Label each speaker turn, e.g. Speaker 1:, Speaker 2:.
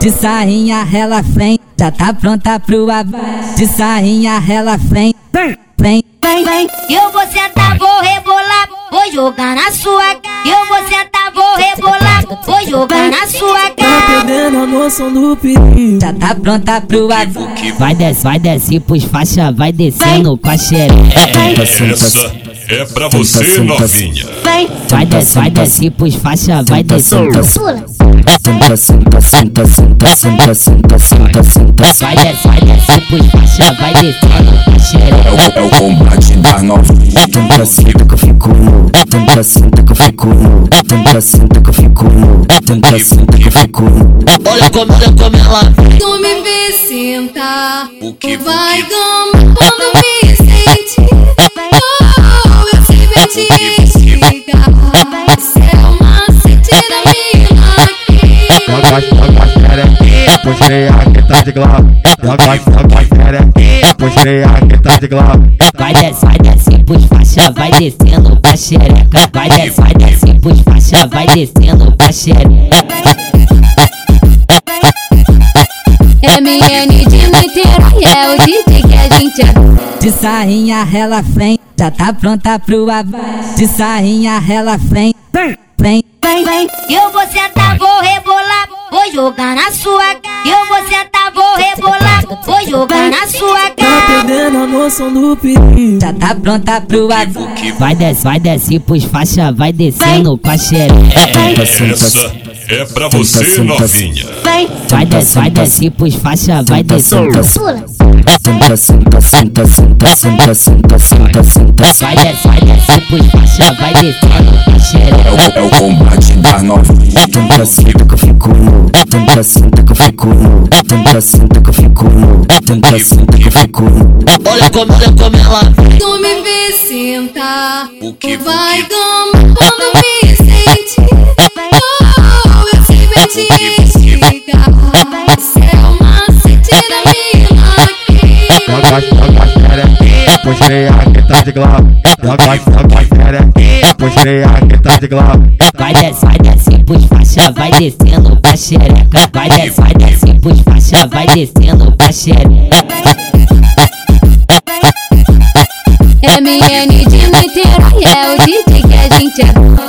Speaker 1: De sainha ela vem, já tá pronta pro abraço. De sainha ela vem, vem, vem, vem.
Speaker 2: Eu vou sentar, vou rebolar, vou jogar na sua cara. Eu vou sentar, vou rebolar, vou jogar na sua cara.
Speaker 3: perdendo a noção do perigo.
Speaker 1: Já tá pronta pro abraço.
Speaker 4: Vai descer, vai descer pros faixa, vai descendo pra xereca.
Speaker 5: Essa é pra você, novinha.
Speaker 4: Vai descer, vai descer pros faixa, vai descendo.
Speaker 2: Pula,
Speaker 6: Senta, senta, senta, senta, senta, senta, senta, senta.
Speaker 4: Vai descer, vai descer pros faixa, vai descendo pra xereca.
Speaker 5: É o combate da novinha.
Speaker 6: Senta, senta que eu fico louco. Senta, senta que eu fico louco. Senta, senta que eu fico louco. Senta, senta que eu fico louco.
Speaker 4: Olha como, olha como ela
Speaker 7: Tu me vê sentar,
Speaker 5: O que, o
Speaker 7: vai
Speaker 5: que,
Speaker 7: gama quando me sente. Oh, eu sei bem te explicar. Cê é uma sentida mina aqui.
Speaker 8: Joga joga xerequinha, puxei a que tá de globo. Joga joga xerequinha, puxei a que tá de globo.
Speaker 4: Vai descer, vai descer pros faixa, vai descendo pra xereca. Vai descer, vai descer pros faixa, vai descendo pra xereca.
Speaker 7: MN É de inteira e é o DJ que a gente é. adora.
Speaker 1: De sainha ela vem, já tá pronta pro abraço. De sainha ela vem, vem, vem, vem.
Speaker 2: eu vou sentar, vou rebolar, vou jogar na sua cara. Eu vou sentar, vou rebolar, vou jogar na sua cara.
Speaker 3: Perdendo a noção do perigo.
Speaker 1: Já tá pronta pro abraço.
Speaker 4: Vai descer, vai descer pros faixa, vai descendo pra xereca.
Speaker 5: Essa é pra você, novinha.
Speaker 4: Vai descer, vai descer pros faixa, vai descendo.
Speaker 2: Pula,
Speaker 6: Senta, senta, senta, senta, senta, senta, senta, senta.
Speaker 4: Vai descer, vai descer pros faixa, vai descendo pra xereca.
Speaker 5: É o combate da novinha.
Speaker 6: Senta, senta que eu fico louco. Senta, senta que eu fico louco. Senta, senta que eu fico louco. Senta, senta que eu fico louco.
Speaker 4: Olha como, olha como ela
Speaker 7: Tu me vê sentar,
Speaker 5: que,
Speaker 7: vai gama quando me sente. Oh, eu sei bem te explicar. Cê é uma sentida mina aqui.
Speaker 8: Joga joga xerequinha, puxei a que tá de globo. Joga joga xerequinha, puxei a que tá de globo.
Speaker 4: Vai descer, vai descer pros faixa, vai descendo pra xereca. Vai descer, vai descer pros faixa, vai descendo pra xereca.
Speaker 7: é MN de inteira e é o DJ que a gente adora.